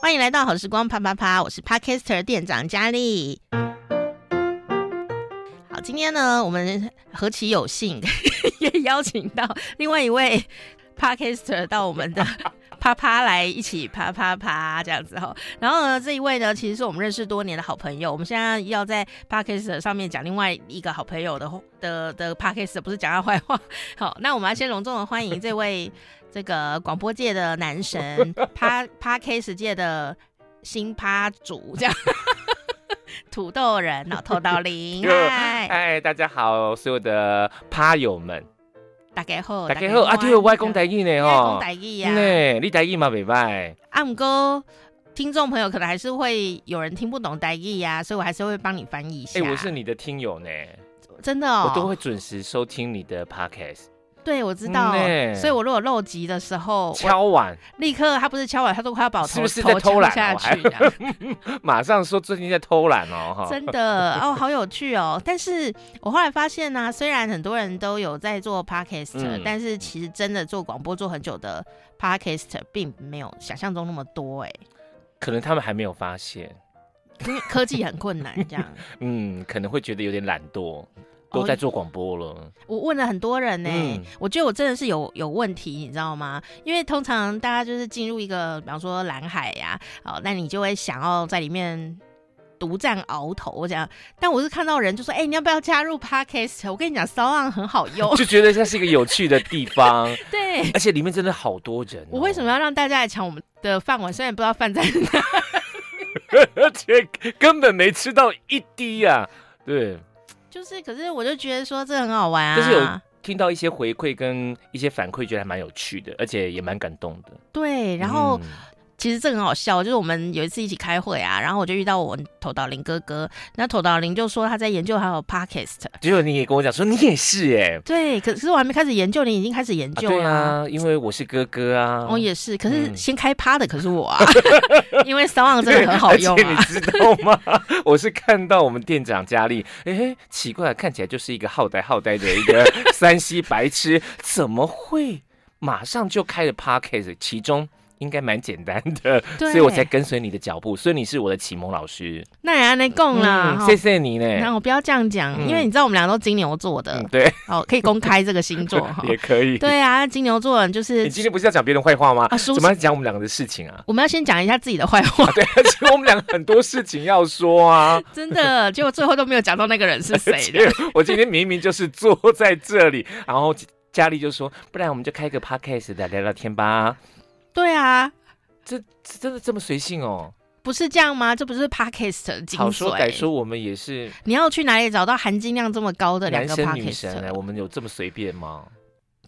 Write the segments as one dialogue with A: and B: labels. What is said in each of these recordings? A: 欢迎来到好时光啪啪啪，我是 Podcaster 店长佳丽。好，今天呢，我们何其有幸， 也邀请到另外一位 Podcaster 到我们的啪啪来一起啪啪啪这样子哈、哦。然后呢，这一位呢，其实是我们认识多年的好朋友。我们现在要在 Podcaster 上面讲另外一个好朋友的的的 Podcaster，不是讲他坏话。 好，那我们要先隆重的欢迎这位这个广播界的男神，啪啪 case 界的新趴主，这样。 土豆人，然后透到 零，嗨，
B: 嗨，哎大家好，所有的趴友们，
A: 哦大家好，
B: 大家好啊！对，我爱讲台语呢，
A: 哦，讲台语呀、啊，
B: 呢，你台语嘛袂歹。
A: 啊，毋过听众朋友可能还是会有人听不懂台语呀、啊，所以我还是会帮你翻译一下。
B: 哎、欸，我是你的听友呢，
A: 真的哦，
B: 我都会准时收听你的 podcast。
A: 对，我知道，嗯、所以我如果漏集的时候，
B: 敲碗，
A: 立刻他不是敲碗，他都快要把我头
B: 是不是在偷懒、
A: 啊、下去、啊？
B: 马上说最近在偷懒哦，
A: 真的哦，好有趣哦。但是我后来发现呢、啊，虽然很多人都有在做 podcast，、嗯、但是其实真的做广播做很久的 podcast 并没有想象中那么多哎、欸，
B: 可能他们还没有发现，
A: 因为科技很困难这样，
B: 嗯，可能会觉得有点懒
A: 哦
B: 惰。都在做广播了、哦。
A: 我问了很多人呢、欸，嗯、我觉得我真的是有有问题，你知道吗？因为通常大家就是进入一个，比方说蓝海呀、啊，哦，那你就会想要在里面独占鳌头这样。但我是看到人就说，哎、欸，你要不要加入 Podcast？我跟你讲，骚浪很好 用，
B: 就觉得这是一个有趣的地 方。
A: 对，
B: 而且里面真的好多人、哦。
A: 我为什么要让大家来抢我们的饭碗？虽然不知道饭在哪，
B: 而且根本没吃到一滴呀、啊。对。
A: 就是，可是我就觉得说这很好玩啊。
B: 就是有听到一些回馈跟一些反馈，觉得还蛮有趣的，而且也蛮感动的。
A: 对，然后、嗯、其实这很好笑，就是我们有一次一起开会啊，然后我就遇到我头岛林哥哥，那头岛林就说他在研究还有 podcast，
B: 结果你也跟我讲说你也是哎、欸，
A: 对，可是我还没开始研究，你已经开始研究
B: 了、啊啊，因为我是哥哥啊，
A: 我、哦、也是，可是先开趴的可是我啊， 因为骚浪真的很好用、
B: 啊， 你知道吗？ 我是看到我们店长佳丽，哎、欸，奇怪，看起来就是一个好呆好呆的一个山西白痴，怎么会马上就开了 podcast？其中应该蛮简单的，所以我才跟随你的脚步。所以你是我的启蒙老师。嗯
A: 那人家那供啦，哦
B: 谢谢你呢。
A: 那我不要这样讲，因为你知道我们俩都金牛座的，
B: 嗯、对，
A: 哦，可以公开这个星 座哈，
B: 也可以。
A: 对啊，金牛座人就是
B: 你今天不是要讲别人坏话吗？啊，怎么讲我们两个的事情啊？
A: 我们要先讲一下自己的坏话。
B: 对，而且我们两个很多事情要说啊，
A: 真的，结果最后都没有讲到那个人是谁 的。
B: 我今天明明就是坐在这里，然后佳丽就说：“不然我们就开个 podcast 来聊聊天吧。”
A: 对啊，
B: 这这真的这么随性哦？
A: 不是这样吗？这不是 podcast 的精髓。
B: 好说歹说，我们也是。
A: 你要去哪里找到含金量这么高的两个 podcast
B: 呢？啊我们有这么随便吗？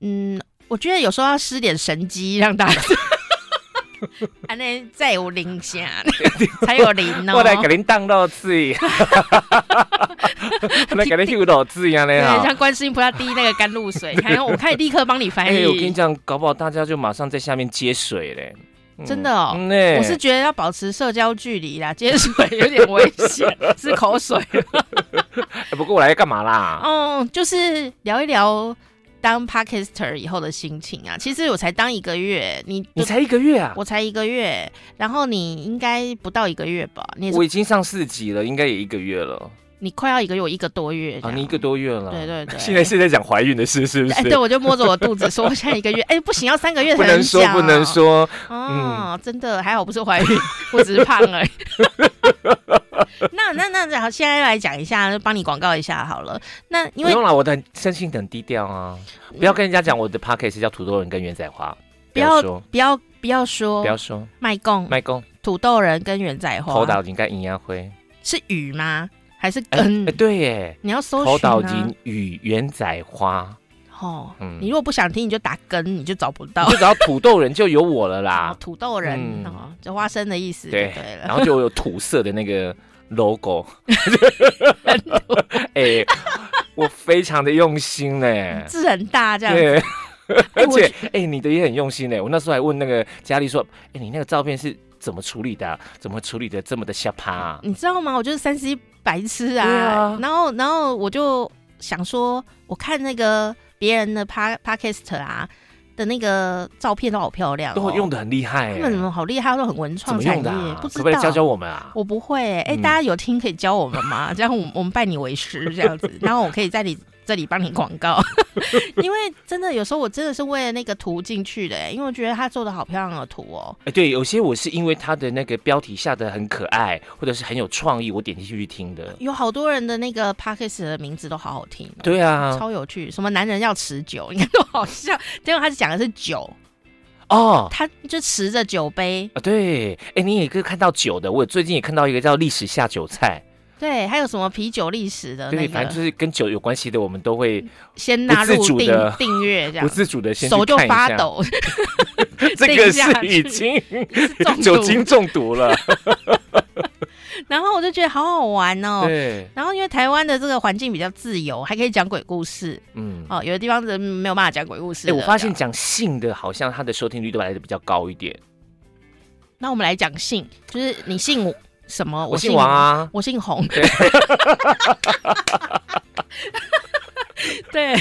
A: 嗯，我觉得有时候要施点神机，让 大家。安尼再有零下，才有零哦。
B: 我来给您当到水， 我来给您丢到水啊！嘞
A: 像观世音菩萨滴那个甘露水，还 有我可以立刻帮你翻译。
B: 欸、我跟你讲，搞不好大家就马上在下面接水嘞。
A: 真的哦，嗯
B: 哎
A: 欸、我是觉得要保持社交距离啦，接水有点危 险，是口水
B: 欸。不过我来干嘛啦？
A: 嗯，就是聊一聊。当 podcaster 以后的心情啊，其实我才当一个月，你
B: 你才一个月啊，
A: 我才一个月，然后你应该不到一个月吧？你
B: 我已经上四级了，应该也一个月了。
A: 你快要一个月，我一个多月
B: 啊，你一个多月了。
A: 对对对，
B: 现在是在讲怀孕的事，是不是？哎，
A: 对，我就摸着我肚子说，我现在一 个月，哎，不行，要三个月才啊
B: 能说，不能说。嗯
A: 哦，真的还好，不是怀 孕，我只是胖而已。 那那那，然后现在来讲一下，帮你广告一下好了。那因为
B: 不用了，我的身心很低调啊，不要跟人家讲我的 podcast 叫土豆人跟袁仔花，
A: 不要嗯哦不要不要说
B: 不要说
A: 卖贡
B: 卖贡
A: 土豆人跟袁仔花，
B: 头岛应该啊银牙灰
A: 是雨吗？还是跟、
B: 欸欸、对耶，
A: 你要搜
B: 寻、啊。头岛银与圆仔花。
A: 哦，嗯、你如果不想听，你就打跟，你就找不到。
B: 就找土豆人就有我了 啦。
A: 土豆人、嗯、哦，就花生的意思
B: 啊对。
A: 对
B: 然后就有土色的那个 logo。哎 欸，我非常的用心呢，
A: 字很大这样子。
B: 而且哎，你的也很用心呢。我那时候还问那个佳丽说：“哎，你那个照片是？”怎么处理的、啊？怎么处理的这么的下趴、啊？
A: 你知道吗？我就是三 C 白痴啊！
B: 啊
A: 然后，然后我就想说，我看那个别人的 pa podcast 啊，的那个照片都好漂亮、
B: 都
A: 哦，
B: 用的很厉害、
A: 他
B: 欸，
A: 们怎么好厉害，他们都很文
B: 怎
A: 创
B: 么
A: 产
B: 用
A: 业，
B: 的、啊？
A: 不知
B: 可不可
A: 道。
B: 以教教我们啊？
A: 我不会、欸，哎、
B: 嗯
A: 大家有听可以教我们 吗？这样我我们拜你为师这样子，然后我可以在你这里帮你广 告，因为真的有时候我真的是为了那个图进去的、欸，因为我觉得他做的好漂亮的图哦、
B: 哎、对，有些我是因为它的那个标题下的很可爱，或者是很有创意，我点进去去听的。
A: 有好多人的那个 p a c k a g e 的名字都好好听、哦，
B: 对啊，
A: 超有趣，什么男人要持久，你看都好笑，结果他讲的是酒，
B: 哦。
A: 他就持着酒杯，
B: 啊，对，哎、你也可以看到酒的，我最近也看到一个叫历史下酒菜，
A: 对，还有什么啤酒历史的呃那
B: 对，反正
A: 个，
B: 就是跟酒有关系的，我们都会
A: 先纳入
B: 不自主
A: 订
B: 的
A: 订阅这
B: 不
A: 样。
B: 自主的先去
A: 手就
B: 看一
A: 发
B: 下，
A: 抖，
B: 这个
A: 定下
B: 是
A: 去
B: 已经
A: 中毒
B: 酒精中毒了，
A: 然后我就觉得好好玩 哦。
B: 对，
A: 然后因为台湾的这个环境比较自由，还可以讲鬼故事
B: 嗯。
A: 哦。有的地方人没有办法讲鬼故事
B: 哎、
A: 的。哦
B: 我发现
A: 这样，
B: 讲性的，好像它的收听率都来的比较高一点。
A: 那我们来讲姓，就是你姓我什么？
B: 我姓王，啊，
A: 我姓洪。 对，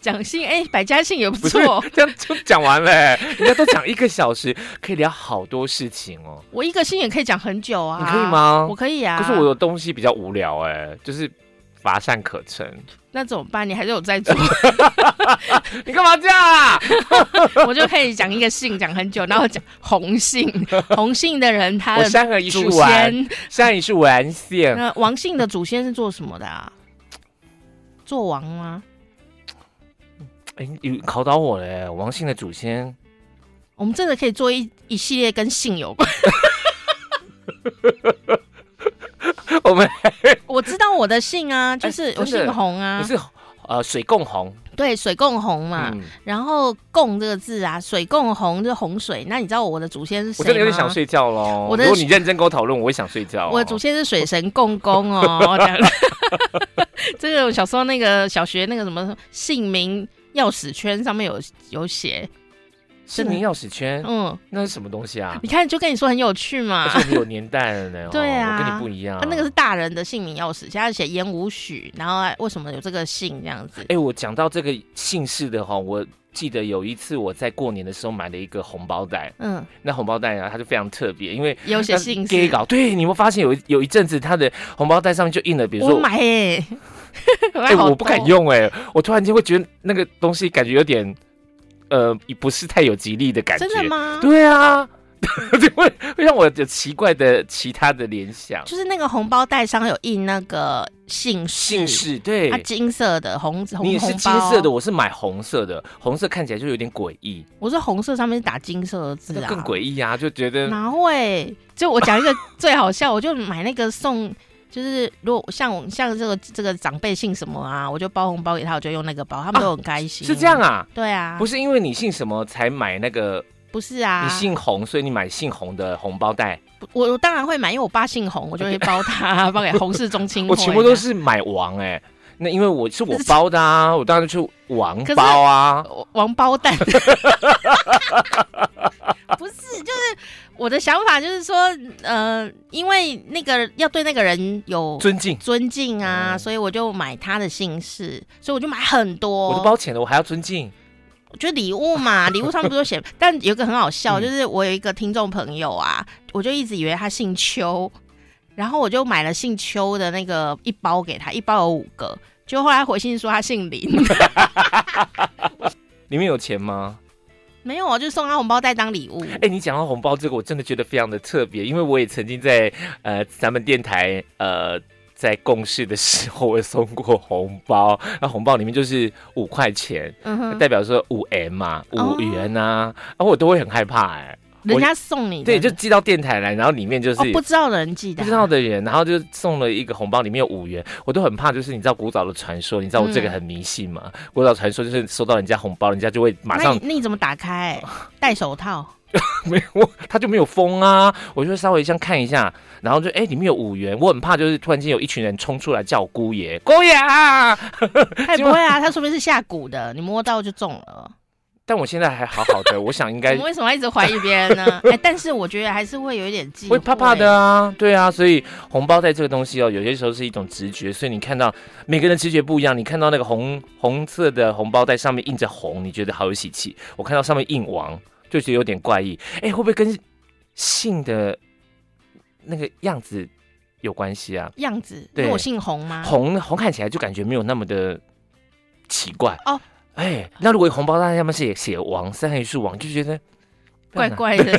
A: 讲姓哎，百家姓也不
B: 不是
A: 错。
B: 这样就讲完了、人家都讲一个小时，可以聊好多事情哦。
A: 我一个姓也可以讲很久啊。
B: 你可以？吗
A: 我？可以啊。
B: 可是我的东西比较无聊哎、就是乏善可陈。
A: 那怎么办？你还是有在做，
B: 你干嘛这样啊？
A: 我就可以讲一个姓讲很久，然后讲洪姓，洪姓的人他
B: 我
A: 的
B: 山河一
A: 嗯祖
B: 树完，
A: 先，嗯
B: 山一树完 线。
A: 那王姓的祖先是做什么的啊？做王吗？
B: 哎、你考倒我了欸、王姓的祖先，
A: 我们真的可以做一一系列跟姓有 关。
B: 我们
A: 我知道我的姓啊，就是
B: 哎
A: 我
B: 真的
A: 姓洪
B: 不
A: 啊，
B: 是呃水共红
A: 对，水共洪嘛。
B: 嗯，
A: 然后“共”这个字啊，水共洪就是洪水。那你知道我的祖先是谁
B: 我
A: 吗？
B: 真的有点想睡觉喽。
A: 我的
B: 如果你认真跟我讨论，我会想睡觉、哦。
A: 我的祖先是水神共工 哦，这样。 这个我小时候那个小学那个什么姓名钥匙圈上面有有写，
B: 姓名钥匙圈，
A: 嗯，
B: 那是什么东西啊？
A: 你看就跟你说很有趣嘛。
B: 而且你有年代了呢。哦
A: 对啊
B: 我跟你不一样。
A: 他那个是大人的姓名钥匙，现在写严武许，然后为什么有这个姓这样子？
B: 哎、我讲到这个姓氏的哈，我记得有一次我在过年的时候买了一个红包袋，
A: 嗯，
B: 那红包袋啊，它就非常特别，因为
A: 也有写姓
B: 给
A: 氏。
B: 稿。对，你有没有发现有一有一阵子它的红包袋上面就印了，比如
A: 我
B: 说。
A: 买耶、 我买
B: 哎、
A: 好多
B: 我不敢。用哎、我突然间会觉得那个东西感觉有点，呃，不是太有吉利的感觉。
A: 真的？吗？
B: 对啊， 就会会让我有奇怪的其他的联想。
A: 就是那个红包袋上有印那个姓氏，
B: 姓氏对，
A: 它金色的红啊红
B: 你也是
A: 红
B: 金
A: 包
B: 色的，，我是买红色的，红色看起来就有点诡异，
A: 我是红色上面打金色的字
B: 那
A: 啊，
B: 更诡异啊，就觉得
A: 哪会？就我讲一个最好笑，我就买那个送，就是如果像我像这个这个长辈姓什么啊，我就包红包给他，我就用那个包，他们
B: 啊
A: 都很开心。
B: 是这样？啊，
A: 对啊，
B: 不
A: 不
B: 是因为你姓什么才买那个，
A: 不是啊，
B: 你姓洪，所以你买姓洪的红包袋。
A: 我我当然会买，因为我爸姓洪，我就会包 他，包给洪氏宗亲会。
B: 我全部都是买王哎、那因为我是我
A: 可是
B: 包的啊，我当然就王
A: 可是
B: 包啊。
A: 王王包 蛋，不是，就是我的想法就是说，呃，因为那个要对那个人有
B: 尊敬，
A: 尊敬啊，
B: 嗯
A: 所以我就买他的姓氏，所以我就买很多。
B: 我都包钱了，我还要尊敬。
A: 就礼物嘛，礼物上面不是有写？但有一个很好笑，
B: 嗯
A: 就是我有一个听众朋友啊，我就一直以为他姓邱，然后我就买了姓邱的那个一包给他，一包有五个，就后来回信说他姓林，
B: 里面有钱吗？
A: 没有啊，就送他红包袋当礼物。
B: 哎、你讲到红包这个，我真的觉得非常的特别，因为我也曾经在呃咱们电台呃在共事的时候，我也送过红包，那红包里面就是五块钱，
A: 嗯哼，
B: 代表说五 M 嘛，
A: 哦
B: 五元呐、啊，然后我都会很害怕哎、
A: 人家送你的，
B: 对，就寄到电台来，然后里面就是
A: 哦，不知道的人寄的啊，
B: 不知道的人，然后就送了一个红包，里面有五元，我都很怕。就是你知道古早的传说，你知道我这
A: 嗯
B: 个很迷信嘛？古早传说就是收到人家红包，人家就会马
A: 那
B: 上
A: 你那你怎么打开？戴手套，
B: 没有，他就没有封啊。我就稍微这样看一下，然后就哎、里面有五元，我很怕就是突然间有一群人冲出来叫我姑爷，姑爷啊！
A: 他也不会啊，他说不定是下蛊的，你摸到就中了。
B: 但我现在还好好的，我想应该
A: 我们为什么要一直怀疑别人 呢？哎，但是我觉得还是会有一点忌讳，
B: 会怕怕的。啊，对啊，所以红包袋这个东西哦，有些时候是一种直觉，所以你看到每个人的直觉不一样，你看到那个红红色的红包袋上面印着红，你觉得好有喜气；我看到上面印王，就觉得有点怪异，哎，会不会跟姓的那个样子有关系啊？
A: 样子，因
B: 对
A: 为我姓洪吗？
B: 红红看起来就感觉没有那么的奇怪
A: 哦。
B: 哎，那如果红包袋上面写写王三横一竖王，就觉得
A: 怪怪的，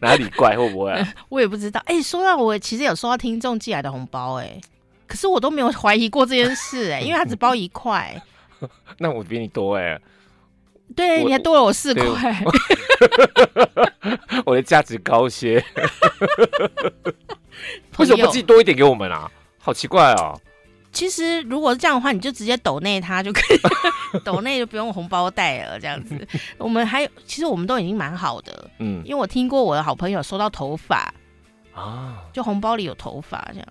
B: 哪里怪会不会、啊？
A: 我也不知道。哎，说到我，其实有收到听众寄来的红包，哎，可是我都没有怀疑过这件事， 哎，因为他只包一块，
B: 那我比你多哎、
A: 对，
B: 我
A: 你还多了我四
B: 对
A: 块。
B: 我的价值高些，
A: 朋
B: 为
A: 友
B: 什么不寄多一点给我们啊？好奇怪哦！
A: 其实如果是这样的话，你就直接抖内他就可以， 抖内就不用红包袋了，这样子。我们还有，其实我们都已经蛮好的，
B: 嗯
A: 因为我听过我的好朋友收到头发，
B: 啊，
A: 就红包里有头发，这样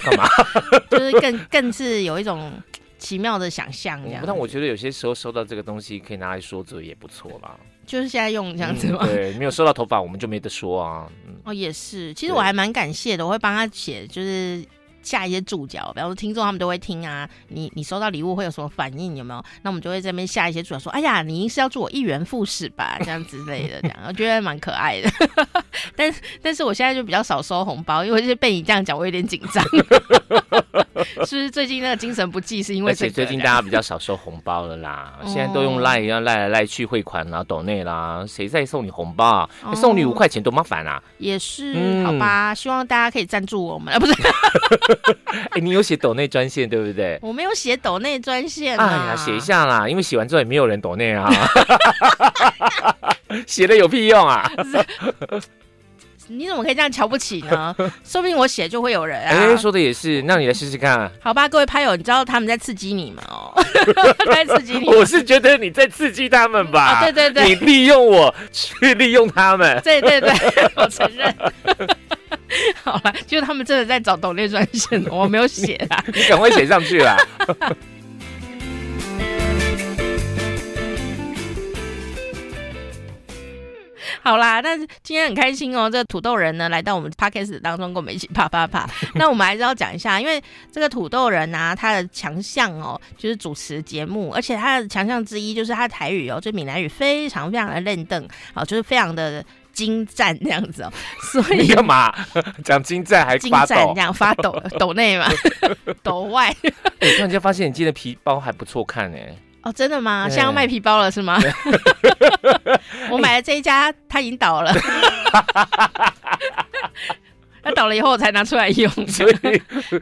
B: 干嘛？
A: 就是更更是有一种奇妙的想象，这样。
B: 哦但我觉得有些时候收到这个东西可以拿来说嘴也不错啦。
A: 就是现在用这样子
B: 嗯
A: 吗？
B: 对，没有收到头发我们就没得说啊。嗯，
A: 哦，也是。其实
B: 对
A: 我还蛮感谢的，我会帮他写，就是下一些注脚，比方说听众他们都会听啊，你你收到礼物会有什么反应有没有？那我们就会这边下一些注脚，说，哎呀，你是要祝我一元复始吧，这样之类的，这样我觉得蛮可爱的。 但但是我现在就比较少收红包，因为就是被你这样讲，我有点紧张。 是不是最近那个精神不济是因为
B: 而
A: 这
B: 且
A: 个？
B: 最近大家比较少收红包了啦，
A: 哦
B: 现在都用赖要赖来赖去汇款啦、抖内啦，谁在送你红包啊？
A: 哦
B: 送你五块钱多麻 烦啊！
A: 也是、
B: 嗯
A: 好吧，希望大家可以赞助我们，啊、不是
B: 哎、你有写抖内专线对不对？
A: 我没有写抖内专线、啊，
B: 哎呀，写一下啦，因为写完之后也没有人抖内啊， 写了有屁用啊！
A: 你怎么可以这样瞧不起 呢？说不定我写就会有人啊。
B: 哎、说的也是，那你来试试看、啊。
A: 好吧，各位拍友，你知道他们在刺激你吗？哦， 在刺激你。
B: 我是觉得你在刺激他们吧，
A: 啊哎对对对
B: 你利用我去利用他 们，
A: 对对对，我承认。 好了，就是他们真的在找抖内专线，我没有写啦。
B: 你赶快写上去 啦。
A: 好啦，但是今天很开心哦，这个土豆人呢来到我们 podcast 当中跟我们一起啪啪啪。 那我们还是要讲一下，因为这个土豆人啊，他的强项哦就是主持节目，而且他的强项之一就是他的台语哦，就闽南语非常非常的认凳，哦，就是非常的精湛这样子哦，所
B: 你
A: 以。
B: 干嘛？ 讲金在还
A: 精
B: 发
A: 湛
B: 抖
A: 这？样发抖抖内 嘛，抖外
B: 哎我突然间发现你今天的皮包还不错看哎、
A: 哦，真的吗？
B: 对
A: 现在要卖皮包了是吗？ 我买了这一家，它已经倒了， 它倒了以后我才拿出来 用，
B: 所以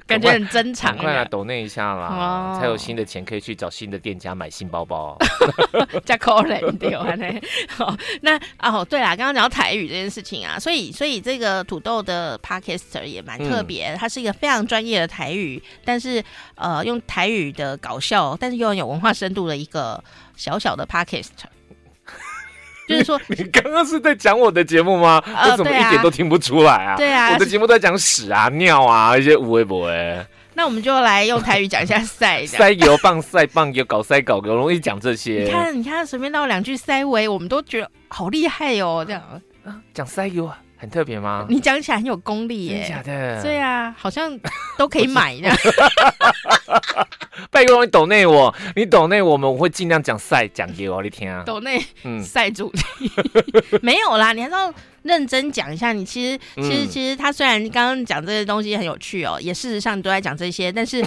A: 感觉很啊珍
B: 赶
A: 藏
B: 快啊来抖内一下啦，
A: 哦
B: 才有新的钱可以去找新的店家买新 包包。
A: 加可能对安尼。好，那 哦对啦，刚刚讲到台语这件事情啊，所以所以这个土豆的 podcaster 也蛮特别，
B: 嗯
A: 他是一个非常专业的台语，但是呃用台语的搞笑，但是又很有文化深度的一个小小的 podcaster。就是说，
B: 你刚刚是在讲我的节目吗？
A: 呃
B: 我怎么
A: 对啊
B: 一点都听不出来 啊？
A: 对啊
B: 我的节目都在讲屎啊、尿啊一些无微博哎，
A: 那我们就来用台语讲一下赛。这样
B: 塞油棒、塞棒油、搞塞搞，搞容易讲这些。
A: 啊你看，你看，随便唠两句塞维，我们都觉得好厉害哦。这样
B: 啊，讲塞油啊，很特别吗？
A: 你讲起来很有功力
B: 真
A: 耶
B: 假。的？
A: 对啊，好像都可以买 的。
B: 嗯拜托你懂内我，你懂内我们，我会尽量讲塞讲油哦，你听啊。
A: 抖内
B: 嗯，
A: 赛主题， 没有啦，你还是要认真讲一下。你其实其实
B: 嗯
A: 其实他虽然刚刚讲这些东西很有趣哦，也事实上你都在讲这些，但是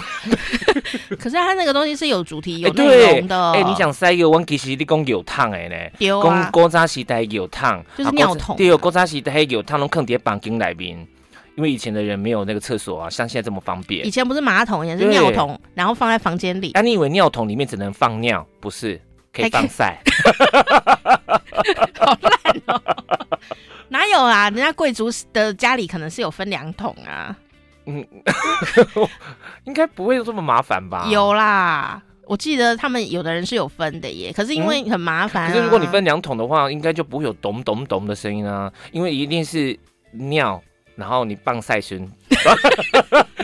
A: 可是他那个东西是有主题有
B: 哎
A: 内容的哦。
B: 哎，你讲塞油，我其实你讲油烫的呢。
A: 丢
B: 讲
A: 啊，
B: 古早时代的药桶，
A: 就是
B: 啊古
A: 尿桶
B: 对哦，古早时代的药桶拢放伫房间内面，因为以前的人没有那个厕所啊，像现在这么方便
A: 以。前不是马桶也是
B: 对
A: 尿桶，然后放在房间里，
B: 啊，你以为尿桶里面只能放尿？不是，可以
A: 还可以
B: 放塞。
A: 好烂哦、哪有啊？人家贵族的家里可能是有分两桶啊，
B: 应该不会这么麻烦吧？。
A: 有啦。我记得他们有的人是有分的耶，可是因为很麻烦、啊
B: 嗯可是如果你分两桶的话，应该就不会有咚咚咚的声音啊，因为一定是尿，然 后你放塞声，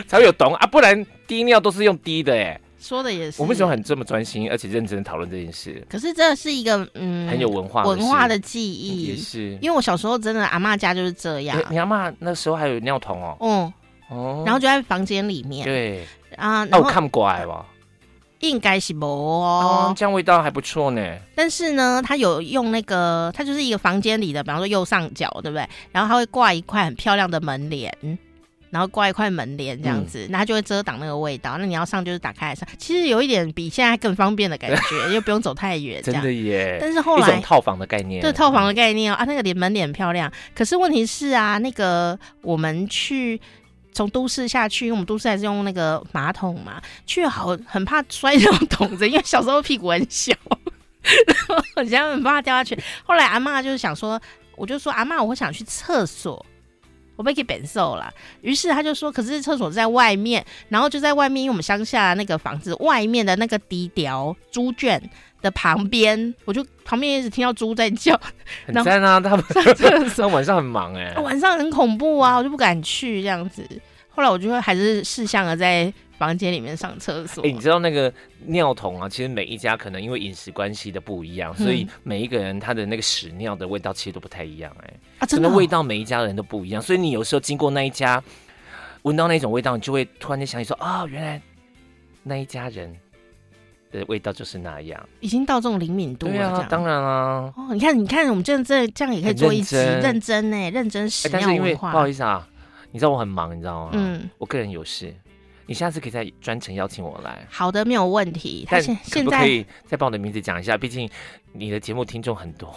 B: 才会有咚啊，不然滴尿都是用滴的哎、
A: 说的也是。
B: 我为什么很这么专心，而且认真地讨论这件事？
A: 可是这是一个嗯，
B: 很有文化，
A: 文化
B: 是
A: 的记
B: 也
A: 忆。
B: 是。
A: 因为我小时候真的阿嬷家就是这样
B: 诶，你阿妈那时候还有尿桶哦，
A: 嗯，
B: 哦，
A: 然后就在房间里面
B: 对，
A: 啊，
B: 那
A: 然
B: 我
A: 后
B: 看不过来吧？
A: 应该是没
B: 哦
A: 哦，，
B: 这样味道还不错呢。
A: 但是呢，它有用那个，它就是一个房间里的，比方说右上角，对不对？然后它会挂一块很漂亮的门帘，然后挂一块门帘这样子，
B: 嗯
A: 那它就会遮挡那个味道。那你要上就是打开来上，其实有一点比现在更方便的感 觉，又不用走太远这
B: 真
A: 样
B: 的。耶，
A: 但是后
B: 一种
A: 来
B: 套房的概念。
A: 对套房的
B: 嗯
A: 概念哦啊，那个帘门帘很漂亮，可是问题是啊，那个我们去。从都市下去，因为我们都市还是用那个马桶嘛，去好很怕摔这种桶子，因为小时候屁股很小，然后很像很怕掉下去。后来阿嬷就是想说，我就说阿嬷，我想去厕所，我被给本受了。于是她就说，可是厕所在外面，然后就在外面，因为我们乡下那个房子外面的那个低调猪圈的旁边，我就旁边一直听到猪在叫，
B: 很赞啊，他们
A: 上厕 所，
B: 他们晚上很忙 哎，
A: 哦晚上很恐怖啊，我就不敢去这样子。后来我就会还是适向的在房间里面上厕所。
B: 哎、你知道那个尿桶啊？其实每一家可能因为饮食关系的不一样，
A: 嗯
B: 所以每一个人他的那个屎尿的味道其实都不太一样、哎，
A: 啊，真的哦
B: 味道每一家人都不一样，所以你有时候经过那一家，闻到那种味道，你就会突然间想起说啊、原来那一家人的味道就是那样。
A: 已经到这种灵敏度了，
B: 对
A: 这样
B: 啊，当然啊。
A: 哦，你看，你看，我们这样这这样也可以
B: 很
A: 做一集，
B: 认真
A: 认真呢，认真屎
B: 哎但
A: 尿
B: 是因为
A: 文
B: 不
A: 化。
B: 好意思啊，你知道我很忙，你知道吗？嗯，
A: 嗯，
B: 我个人有事，你下次可以再专程邀请我来。
A: 好的，没有问题。他
B: 但
A: 现
B: 可
A: 现
B: 不可
A: 在
B: 以再把我的名字讲一下？毕竟你的节目听众很多。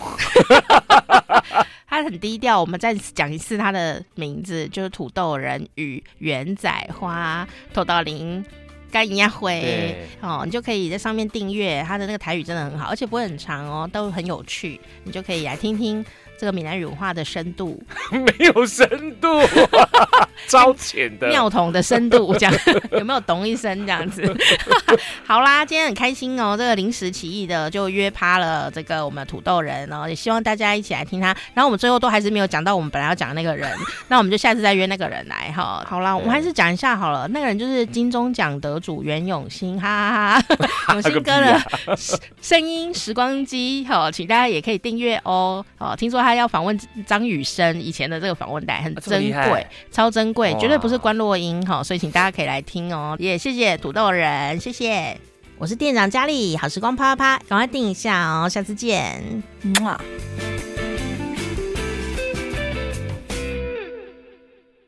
A: 他很低调，我们再讲一次他的名字，就是土豆人与圆仔花土豆林干一样灰。
B: 对。
A: 哦，你就可以在上面订阅他的那个台语真的很好，而且不会很长哦，都很有趣，你就可以来听听这个闽南语文化的深度，
B: 没有深度， 超浅 的。啊
A: 尿桶的深度，这样有没有懂一声这样子？好啦，今天很开心哦，这个临时起意的就约趴了这个我们的土豆人哦，也希望大家一起来听他。然后我们最后都还是没有讲到我们本来要讲的那个人，那我们就下次再约那个人来哈。好啦，我们还是讲一下好了，那个人就是金钟奖得主袁永新，哈哈哈，永
B: 个
A: 新
B: 屁
A: 哥的
B: 啊
A: 声音时光机，好、请大家也可以订阅哦。好、听说他要访问张雨生以前的这个访问带，很
B: 啊这么
A: 珍
B: 厉害
A: 贵，超珍贵，
B: 哇
A: 绝对不是关落音哈、所以请大家可以来听哦。也谢谢土豆人，谢谢，我是店长佳丽，好时光啪啪啪，赶快订一下哦，下次见。
C: 么。